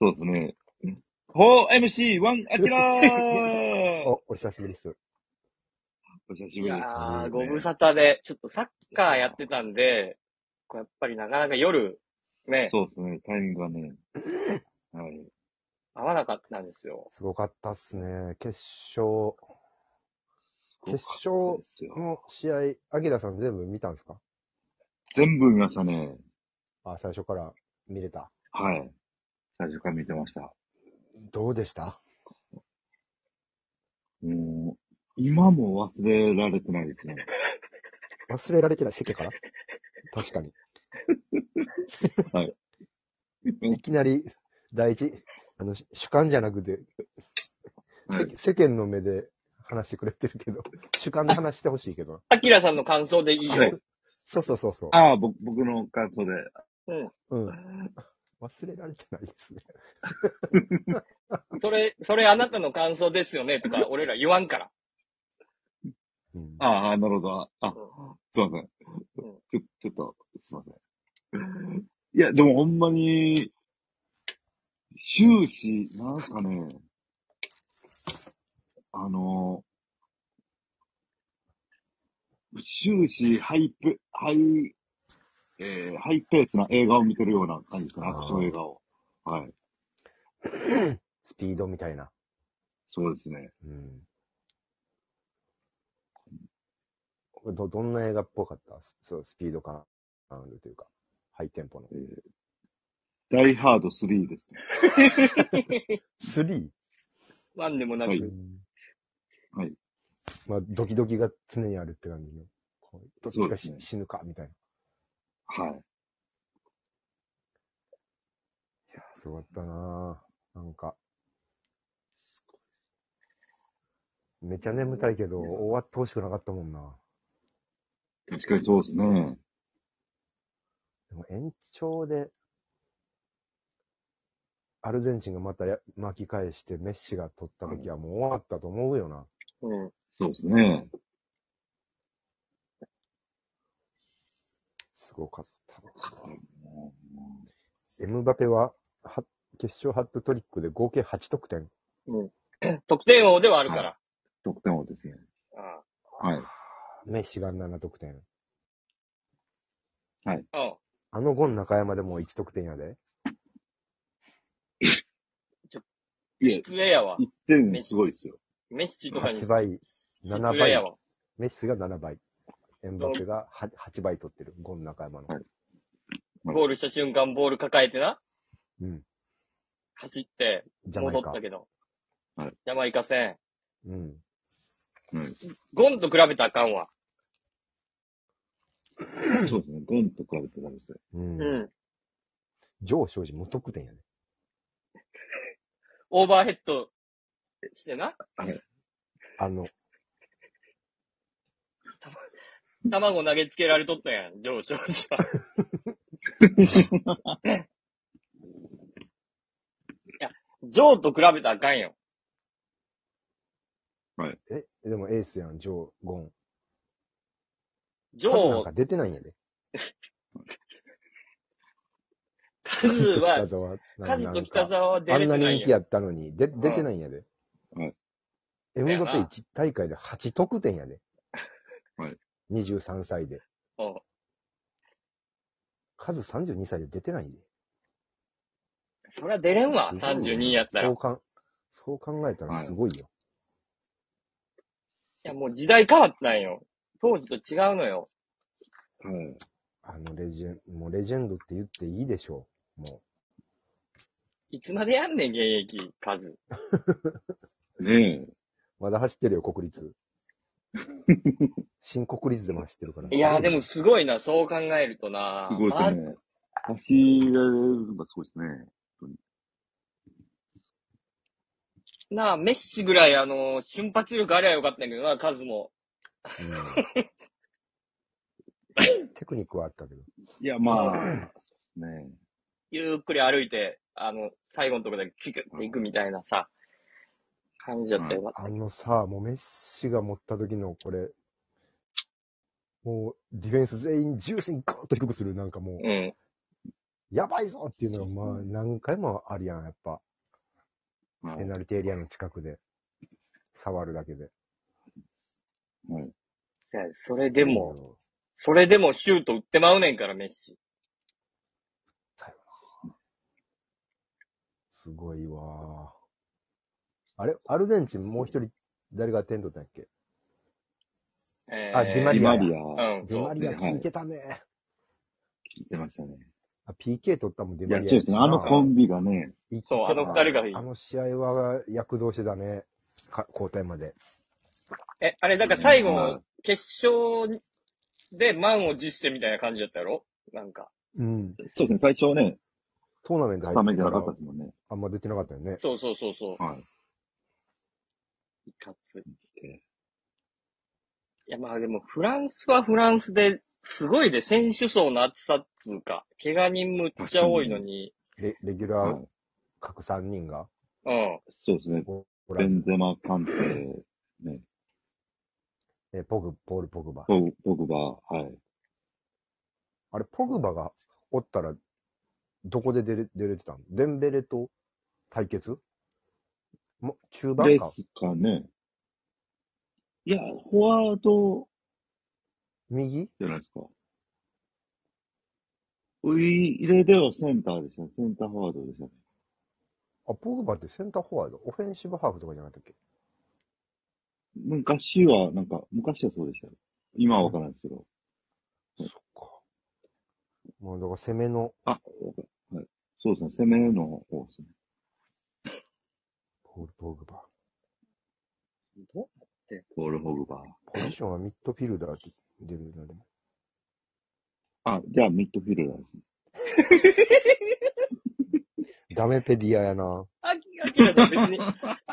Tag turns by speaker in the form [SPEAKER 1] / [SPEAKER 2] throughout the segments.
[SPEAKER 1] そうですね。4MC1 アキラー
[SPEAKER 2] お、お久しぶりです。
[SPEAKER 1] お久し
[SPEAKER 3] い
[SPEAKER 1] ぶり
[SPEAKER 3] や
[SPEAKER 1] です、
[SPEAKER 3] ー、ご無沙汰で、ちょっとサッカーやってたんで、こうやっぱりなかなか夜、ね、
[SPEAKER 1] そうですね、タイミングがね。はい。
[SPEAKER 3] 合わなかったんですよ。
[SPEAKER 2] すごかったっすね。決勝決勝
[SPEAKER 1] ですよ
[SPEAKER 2] の試合、アキラさん全部見たんですか
[SPEAKER 1] 全部見ましたね。
[SPEAKER 2] あ、最初から見れた。
[SPEAKER 1] はい。最初から見てました。
[SPEAKER 2] どうでした
[SPEAKER 1] もう、今も忘れられてないですね。
[SPEAKER 2] 忘れられてない、世間から確かに。
[SPEAKER 1] はい。
[SPEAKER 2] いきなり、第一、あの、主主観じゃなくて、
[SPEAKER 1] はい
[SPEAKER 2] 世世間の目で話してくれてるけど、主観で話してほしいけどな。
[SPEAKER 3] アキラさんの感想でいいよ。
[SPEAKER 1] はい
[SPEAKER 2] そうそうそうそう。
[SPEAKER 1] ああ、僕、僕の感想で。
[SPEAKER 2] うん。忘れられてないですね。
[SPEAKER 3] それ、それあなたの感想ですよねとか、俺ら言わんから。
[SPEAKER 2] うん
[SPEAKER 1] ああ、なるほど。あ、
[SPEAKER 3] うん
[SPEAKER 1] すいません。ちょ、ちょっと、すいません。いや、でもほんまに、終始、なんかね、あの、終始、ハイプ、ハイ、えーハイペースな映画を見てるような感じですね、アクション映画を。はい。
[SPEAKER 2] スピードみたいな。
[SPEAKER 1] そうですね。
[SPEAKER 2] うん。ど、どんな映画っぽかったスそう、スピード感あるというか、ハイテンポの。
[SPEAKER 1] ダイハード3ですね。
[SPEAKER 2] 3?
[SPEAKER 3] なんでもなく、
[SPEAKER 1] は
[SPEAKER 2] う
[SPEAKER 1] い
[SPEAKER 2] ん
[SPEAKER 1] はい。
[SPEAKER 2] まあ、ドキドキが常にあるって感じの。こうどっち
[SPEAKER 1] そう
[SPEAKER 2] か
[SPEAKER 1] で
[SPEAKER 2] し、
[SPEAKER 1] すね
[SPEAKER 2] 死ぬか、みたいな。
[SPEAKER 1] はい。
[SPEAKER 2] すごかったなぁ。なんか。めちゃ眠たいけど、終わってほしくなかったもんな。
[SPEAKER 1] 確かにそうですね。
[SPEAKER 2] でも延長で、アルゼンチンがまたや巻き返して、メッシが取った時はもう終わったと思うよな。
[SPEAKER 3] うん。
[SPEAKER 1] そうですね。
[SPEAKER 2] すごかったな。
[SPEAKER 1] も
[SPEAKER 2] エムバペは、は決勝ハットトリックで合計8得点。
[SPEAKER 3] 得点王ではあるから。
[SPEAKER 1] う得点王ですね。
[SPEAKER 3] あ
[SPEAKER 1] はい。
[SPEAKER 2] メッシが7得点。
[SPEAKER 3] あうん。
[SPEAKER 2] あのゴン中山でも1得点やで。
[SPEAKER 1] いや、
[SPEAKER 3] 失礼やわ。
[SPEAKER 1] 1点すごいですよ。
[SPEAKER 3] メッシとかに
[SPEAKER 2] 8
[SPEAKER 3] 失
[SPEAKER 2] 倍、7
[SPEAKER 3] 礼や
[SPEAKER 2] 倍。
[SPEAKER 3] わ。
[SPEAKER 2] メッシが7倍。エムバペが 8, 8倍取ってる。ゴン中山の。
[SPEAKER 1] はい
[SPEAKER 3] ゴールした瞬間ボール抱えてな、
[SPEAKER 2] うん。
[SPEAKER 3] 走って、
[SPEAKER 2] ジャマ
[SPEAKER 3] 戻
[SPEAKER 2] イ
[SPEAKER 3] っ
[SPEAKER 2] カ
[SPEAKER 3] た。けど。
[SPEAKER 1] はい
[SPEAKER 3] ジャマイカ戦。
[SPEAKER 2] うん。
[SPEAKER 1] うん。
[SPEAKER 3] ゴンと比べたらあかんわ。
[SPEAKER 1] そうですね。ゴンと比べてダメですね。
[SPEAKER 2] う。
[SPEAKER 3] うんん。
[SPEAKER 2] ジョー・ショージ無得点やで。
[SPEAKER 3] オーバーヘッドしてな、
[SPEAKER 2] あの、
[SPEAKER 3] 卵投げつけられとったやん、上昇時は。いや、ジョーと比べたらあかんよ。
[SPEAKER 2] え、でもエースやん、ジョー、ゴン。
[SPEAKER 3] ジョー
[SPEAKER 2] 数なん
[SPEAKER 3] を
[SPEAKER 2] か、出てないんやで。
[SPEAKER 3] カズ
[SPEAKER 2] 北
[SPEAKER 3] は、
[SPEAKER 2] 沢なんか
[SPEAKER 3] カズと北沢は出
[SPEAKER 2] あ
[SPEAKER 3] れ
[SPEAKER 2] ん
[SPEAKER 3] て
[SPEAKER 2] な
[SPEAKER 3] な
[SPEAKER 2] 人
[SPEAKER 3] い
[SPEAKER 2] 気や
[SPEAKER 3] よ。
[SPEAKER 2] ったのに、で、出てないんやで。
[SPEAKER 1] はい。
[SPEAKER 2] エ
[SPEAKER 3] や
[SPEAKER 2] ム
[SPEAKER 3] な
[SPEAKER 2] バペ1大会で8得点やで。
[SPEAKER 1] はい。
[SPEAKER 2] 23歳で。
[SPEAKER 3] うん
[SPEAKER 2] カズ32歳で出てないんで。
[SPEAKER 3] そりゃ出れんわ、
[SPEAKER 2] すごいよ
[SPEAKER 3] 32やったら。
[SPEAKER 2] そ
[SPEAKER 3] いう
[SPEAKER 2] かん、そう考えたらすごいよ。
[SPEAKER 3] や、もう時代変わったんよ。当時と違うのよ。
[SPEAKER 1] はい。
[SPEAKER 2] あのレジェン、もうレジェンドって言っていいでしょう。も
[SPEAKER 3] いつまでやんねん、現役、カズ。
[SPEAKER 1] ね
[SPEAKER 2] う。まだ走ってるよ、国 立。新国立でも走ってるから。
[SPEAKER 3] いや、でもすごいな、そう考えると
[SPEAKER 1] え。。
[SPEAKER 3] な
[SPEAKER 1] すごいですよ
[SPEAKER 3] ま
[SPEAKER 1] ね。走られるのがすごいですね。
[SPEAKER 3] なあ、メッシぐらい、あの、瞬発力ありゃよかったんやけどな、カズも。
[SPEAKER 2] うん テクニックはあったけど。
[SPEAKER 1] いや、まあ、そうですね。
[SPEAKER 3] ゆっくり歩いて、あの、最後のところでキクっていくみたいなさ、感じだったよかった
[SPEAKER 2] あのさ、もうメッシが持った時のこれ、もうディフェンス全員重心ガーッと低くする、なんかもう、
[SPEAKER 3] うん。
[SPEAKER 2] やばいぞっていうのが、まあ、何回もあるやん、やっぱ。
[SPEAKER 1] は
[SPEAKER 2] ペ
[SPEAKER 1] い。
[SPEAKER 2] ナルティエリアの近くで、触るだけで。
[SPEAKER 1] はい、
[SPEAKER 3] いやそれでも、、それでもシュート打ってまうねんから、メッシ。
[SPEAKER 2] すごいわ。あれアルゼンチンもう一人、誰が点取ったんやっけ
[SPEAKER 3] え
[SPEAKER 2] あディマ
[SPEAKER 1] ディマ
[SPEAKER 2] リ
[SPEAKER 1] リ
[SPEAKER 3] う
[SPEAKER 1] ア、
[SPEAKER 3] ん、
[SPEAKER 2] デマリア
[SPEAKER 1] そうね
[SPEAKER 2] 聞いてたね。
[SPEAKER 1] 聞いてましたね。
[SPEAKER 2] あ、PK 取ったもんデ
[SPEAKER 1] い
[SPEAKER 2] マ
[SPEAKER 1] や、
[SPEAKER 2] リア
[SPEAKER 1] そう
[SPEAKER 2] やし
[SPEAKER 1] ですね。あのコンビがね、
[SPEAKER 2] 生きて
[SPEAKER 3] そう、あ
[SPEAKER 2] た
[SPEAKER 3] の二人がいい
[SPEAKER 2] あ。の試合は躍動してたね。か交代まで。
[SPEAKER 3] え、あれ、だから最後
[SPEAKER 1] は
[SPEAKER 3] の決勝で満を持してみたいな感じだったやろなんか。
[SPEAKER 2] うん。
[SPEAKER 1] そうですね。最初ね、
[SPEAKER 2] トーナメント
[SPEAKER 1] スタメン
[SPEAKER 2] 入っ
[SPEAKER 1] じ
[SPEAKER 2] て
[SPEAKER 1] ゃ
[SPEAKER 2] か
[SPEAKER 1] なからったですもんね。
[SPEAKER 2] あんま出てなかったよね。
[SPEAKER 3] そうそうそうそ
[SPEAKER 1] はい。
[SPEAKER 3] う。いかつい。いや、まあでも、フランスはフランスで、すごいで、選手層の厚さっつうか、怪我人むっちゃ多いのに、
[SPEAKER 2] レレギュ
[SPEAKER 1] は
[SPEAKER 2] ラー
[SPEAKER 1] い、
[SPEAKER 2] 各3人が。
[SPEAKER 3] うん。
[SPEAKER 1] そうですね。
[SPEAKER 2] ボ
[SPEAKER 1] ベ
[SPEAKER 2] ラン
[SPEAKER 1] ンゼマ、カンテ、ね、
[SPEAKER 2] え、ポグ、ポール・ポグバ。
[SPEAKER 1] ポグポグバ、はい。
[SPEAKER 2] あれ、ポグバがおったら、どこで出れ出れてたのデンベレと対決も中盤
[SPEAKER 1] で
[SPEAKER 2] か。
[SPEAKER 1] すかね。いや、フォワード
[SPEAKER 2] 右
[SPEAKER 1] じゃないですか。ウイレデオセンターでしたね。センターフォワードでしたね。
[SPEAKER 2] あ、ポグバってセンターフォワードオフェンシブハーフとかじゃなかったっけ
[SPEAKER 1] 昔は、なんか、昔はそうでしたよ。今はわからないですけど。
[SPEAKER 2] そっか。もう、だから攻めの
[SPEAKER 1] あ、わかはい。そうですね。攻めの方ですね。
[SPEAKER 2] ポール・ポグバ。
[SPEAKER 3] ど
[SPEAKER 1] ポール・ホグバー。
[SPEAKER 2] ポジションはミッドフィルダーって出るのでも。
[SPEAKER 1] あ、じゃあミッドフィルダーですね。
[SPEAKER 2] ダメペディアやな。
[SPEAKER 3] あき、あきらさん別に、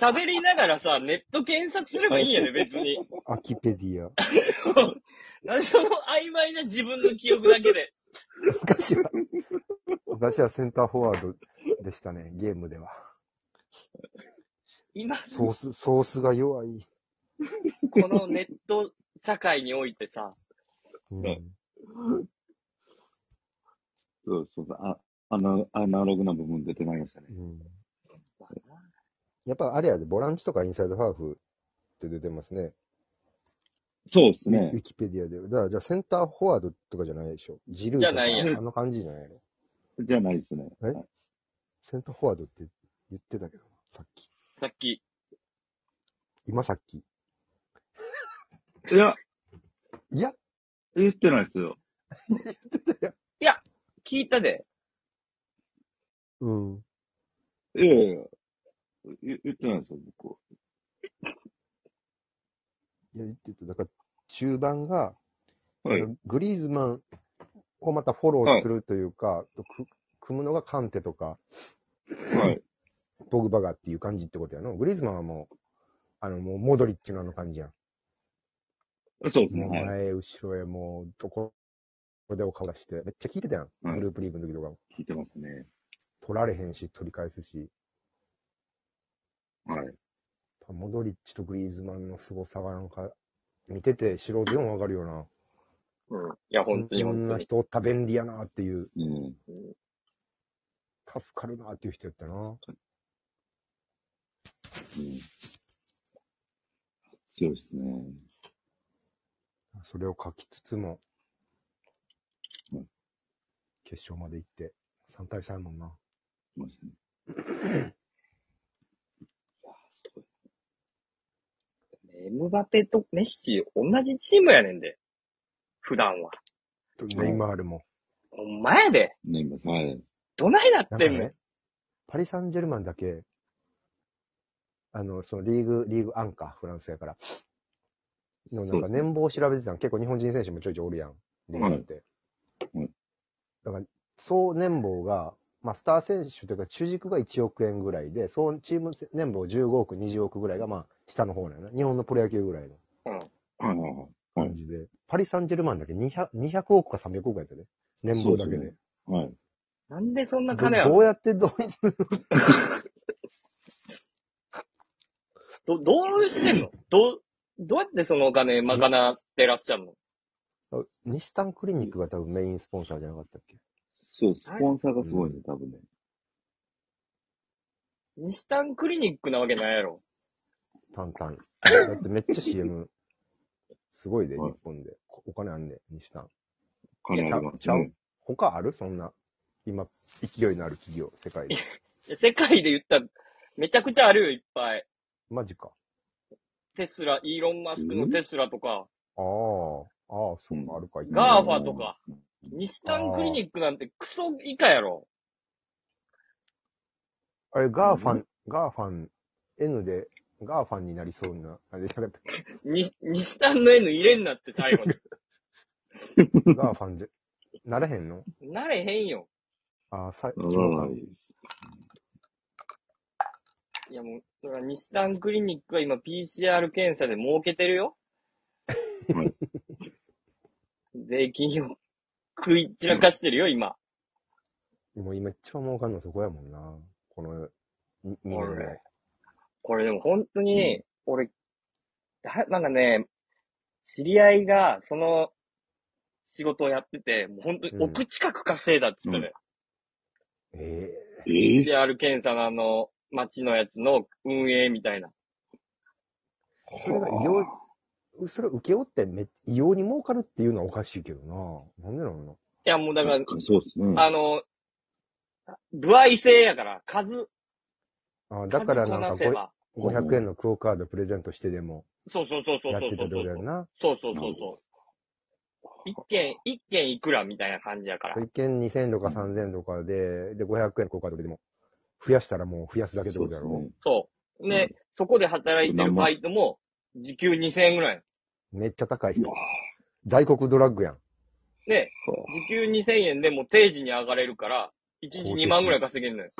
[SPEAKER 3] 喋りながらさ、ネット検索すればいいんやね、別に。
[SPEAKER 2] アキペディア。
[SPEAKER 3] なんでその曖昧な自分の記憶だけで。
[SPEAKER 2] 昔は、昔はセンターフォワードでしたね、ゲームでは。
[SPEAKER 3] 今、
[SPEAKER 2] ソース、ソースが弱い。
[SPEAKER 3] このネット社会において さ、
[SPEAKER 2] うん
[SPEAKER 1] はいそうそうそう。あ、アナアナログな部分出てまいりましたね
[SPEAKER 2] う。んやっぱあれやで、ボランチとかインサイドハーフって出てますね。
[SPEAKER 1] そうです
[SPEAKER 2] ウィウ
[SPEAKER 1] ね
[SPEAKER 2] ィ。キペディアで。だから、じゃあセンターフォワードとかじゃないでしょ。ジルーとか、
[SPEAKER 3] じゃないや
[SPEAKER 1] ん
[SPEAKER 2] あの感じじゃないの。
[SPEAKER 1] じゃないですね。
[SPEAKER 2] えセンターフォワードって言ってたけど、さっき。
[SPEAKER 3] さっき、
[SPEAKER 2] 今さっき。
[SPEAKER 1] いや、
[SPEAKER 2] いや、
[SPEAKER 1] 言ってないですよ。
[SPEAKER 3] 聞いたで。
[SPEAKER 2] うん。
[SPEAKER 1] いやいやいや。言言ってないですよ、僕。
[SPEAKER 2] いや、言ってた。だから、中盤が、
[SPEAKER 1] はい。
[SPEAKER 2] グリーズマンをまたフォローするというか、とく組むのがカンテとか、
[SPEAKER 1] はい。
[SPEAKER 2] ポグバがっていう感じってことやの。グリーズマンはもう、あの、もうモドリッチのあの感じやん。
[SPEAKER 1] そうですね。
[SPEAKER 2] もう前、
[SPEAKER 1] はい。
[SPEAKER 2] 後ろへ、もう、どこでお顔出して、めっちゃ聞いてたやん。
[SPEAKER 1] はい
[SPEAKER 2] グループリーグの時とかも。
[SPEAKER 1] 聞いてますね。
[SPEAKER 2] 取られへんし、取り返すし。やっ
[SPEAKER 1] はい。
[SPEAKER 2] ぱモドリッチとグリーズマンの凄さがなんか、見てて素人でもわかるよな。
[SPEAKER 3] うん。いや、本当に
[SPEAKER 2] こん
[SPEAKER 3] 本当
[SPEAKER 2] な
[SPEAKER 3] に。
[SPEAKER 2] 人おった便利やなっていう、
[SPEAKER 1] うん。
[SPEAKER 2] 助かるなっていう人やったな。
[SPEAKER 1] うん強いですね。
[SPEAKER 2] それを書きつつも
[SPEAKER 1] うん、
[SPEAKER 2] 決勝まで行って、3対3やもんな。
[SPEAKER 1] いますね。いやすごい
[SPEAKER 3] エムバペとメッシ、同じチームやねんで。普段は。
[SPEAKER 2] ネイマールも。
[SPEAKER 3] ほんまやで。
[SPEAKER 1] ね、今、はい。
[SPEAKER 3] どないなっ
[SPEAKER 2] なん
[SPEAKER 3] て
[SPEAKER 2] か
[SPEAKER 3] んの、
[SPEAKER 2] ね、パリ・サンジェルマンだけ、あの、そのリーグ、リーグアンカー、フランスやから。の、なん
[SPEAKER 1] そ
[SPEAKER 2] か
[SPEAKER 1] うですね
[SPEAKER 2] 年俸を調べてたの、結構日本人選手もちょいちょいおるやん。リーグって。
[SPEAKER 1] うんうん
[SPEAKER 2] だから、総年俸が、まあ、スター選手というか、主軸が1億円ぐらいで、総チーム年俸15億、20億ぐらいが、まあ、下の方なのね。日本のプロ野球ぐらいの
[SPEAKER 1] はいはいはい。
[SPEAKER 2] 感じで。パリ・サンジェルマンだけ 200, 200億か300億やったね。年俸だけで。
[SPEAKER 1] そうですはい。
[SPEAKER 3] なんでそんな
[SPEAKER 2] ど
[SPEAKER 3] 金や
[SPEAKER 2] ど
[SPEAKER 3] ろ
[SPEAKER 2] うやってどう
[SPEAKER 3] どどうしてんのどう、どうやってそのお金賄ってらっしゃるの
[SPEAKER 2] あ西丹クリニックが多分メインスポンサーじゃなかったっけ
[SPEAKER 1] そう、スポンサーがすごいね、多分ね。
[SPEAKER 3] 西丹クリニックなわけないやろ。
[SPEAKER 2] タンタン。だってめっちゃ CM、すごいで、
[SPEAKER 1] はい
[SPEAKER 2] 日本で。こお金あんで、西丹。
[SPEAKER 1] 金あります
[SPEAKER 2] ちゃうちゃ
[SPEAKER 1] ね
[SPEAKER 2] う。他あるそんな、今、勢いのある企業、世界で。
[SPEAKER 3] いや世界で言ったら、めちゃくちゃあるよ、いっぱい。
[SPEAKER 2] マジか。
[SPEAKER 3] テスラ、イーロン・マスクのテスラとか、
[SPEAKER 2] ああ、ああ、そう
[SPEAKER 1] うん
[SPEAKER 2] か、あるか。
[SPEAKER 3] ガーファとか、西丹クリニックなんてクソ以下やろ。
[SPEAKER 2] あれ、ガーファ
[SPEAKER 1] う
[SPEAKER 2] ン、ガーファン、N で、ガーファンになりそうな、あれじゃなかっ
[SPEAKER 3] に西丹の N 入れんなって最 後に。
[SPEAKER 2] た。ガーファンで、なれへんの
[SPEAKER 3] なれへんよ。
[SPEAKER 2] ああ、さ、
[SPEAKER 1] な
[SPEAKER 2] そ
[SPEAKER 1] ら
[SPEAKER 2] う
[SPEAKER 1] な
[SPEAKER 2] か
[SPEAKER 1] い。です。
[SPEAKER 3] いやもう、だから西丹クリニックは今 PCR 検査で儲けてるよ。
[SPEAKER 1] はい
[SPEAKER 3] 税金を食い散らかしてるよ、今。
[SPEAKER 2] もう今一番儲かんのそこやもんな。この、に2年ぐらい。
[SPEAKER 3] これでも本当に、俺、だなんかね、知り合いがその仕事をやってて、もう本当に億近く稼いだって言ってたね。
[SPEAKER 2] え
[SPEAKER 1] ええ
[SPEAKER 3] PCR 検査のあの、町のやつの運営みたいな。
[SPEAKER 2] えそれが医療、それを請け負ってめ、異様に儲かるっていうのはおかしいけどな。なんでなの
[SPEAKER 3] いや、もうだから、
[SPEAKER 1] そうですね。
[SPEAKER 3] あの、歩合制やから、数、
[SPEAKER 2] ああ、だ
[SPEAKER 3] 数
[SPEAKER 2] からな
[SPEAKER 3] こ
[SPEAKER 2] ん
[SPEAKER 3] な
[SPEAKER 2] か
[SPEAKER 3] せば。
[SPEAKER 2] ご500円のクオカードプレゼントしてでも
[SPEAKER 3] そうそうそうそう
[SPEAKER 2] やっ
[SPEAKER 3] そう
[SPEAKER 2] て
[SPEAKER 3] そ
[SPEAKER 2] た
[SPEAKER 3] う
[SPEAKER 2] ってことやんな。
[SPEAKER 3] そうそうそうそう。一件、一件いくらみたいな感じやから。
[SPEAKER 2] 一件2000とか3000とかで、で、500円クオカードでも、増やしたらもう増やすだけってことやろ。
[SPEAKER 3] そう。
[SPEAKER 1] う
[SPEAKER 3] で
[SPEAKER 1] ん、
[SPEAKER 3] そこで働いてるバイトも、時給2000円ぐらい。
[SPEAKER 2] めっちゃ高い。
[SPEAKER 1] うわ
[SPEAKER 2] 大黒ドラッグやん。
[SPEAKER 3] で、
[SPEAKER 1] ぁ
[SPEAKER 3] 時給2000円でもう定時に上がれるから、1日2万ぐらい稼げるのよ。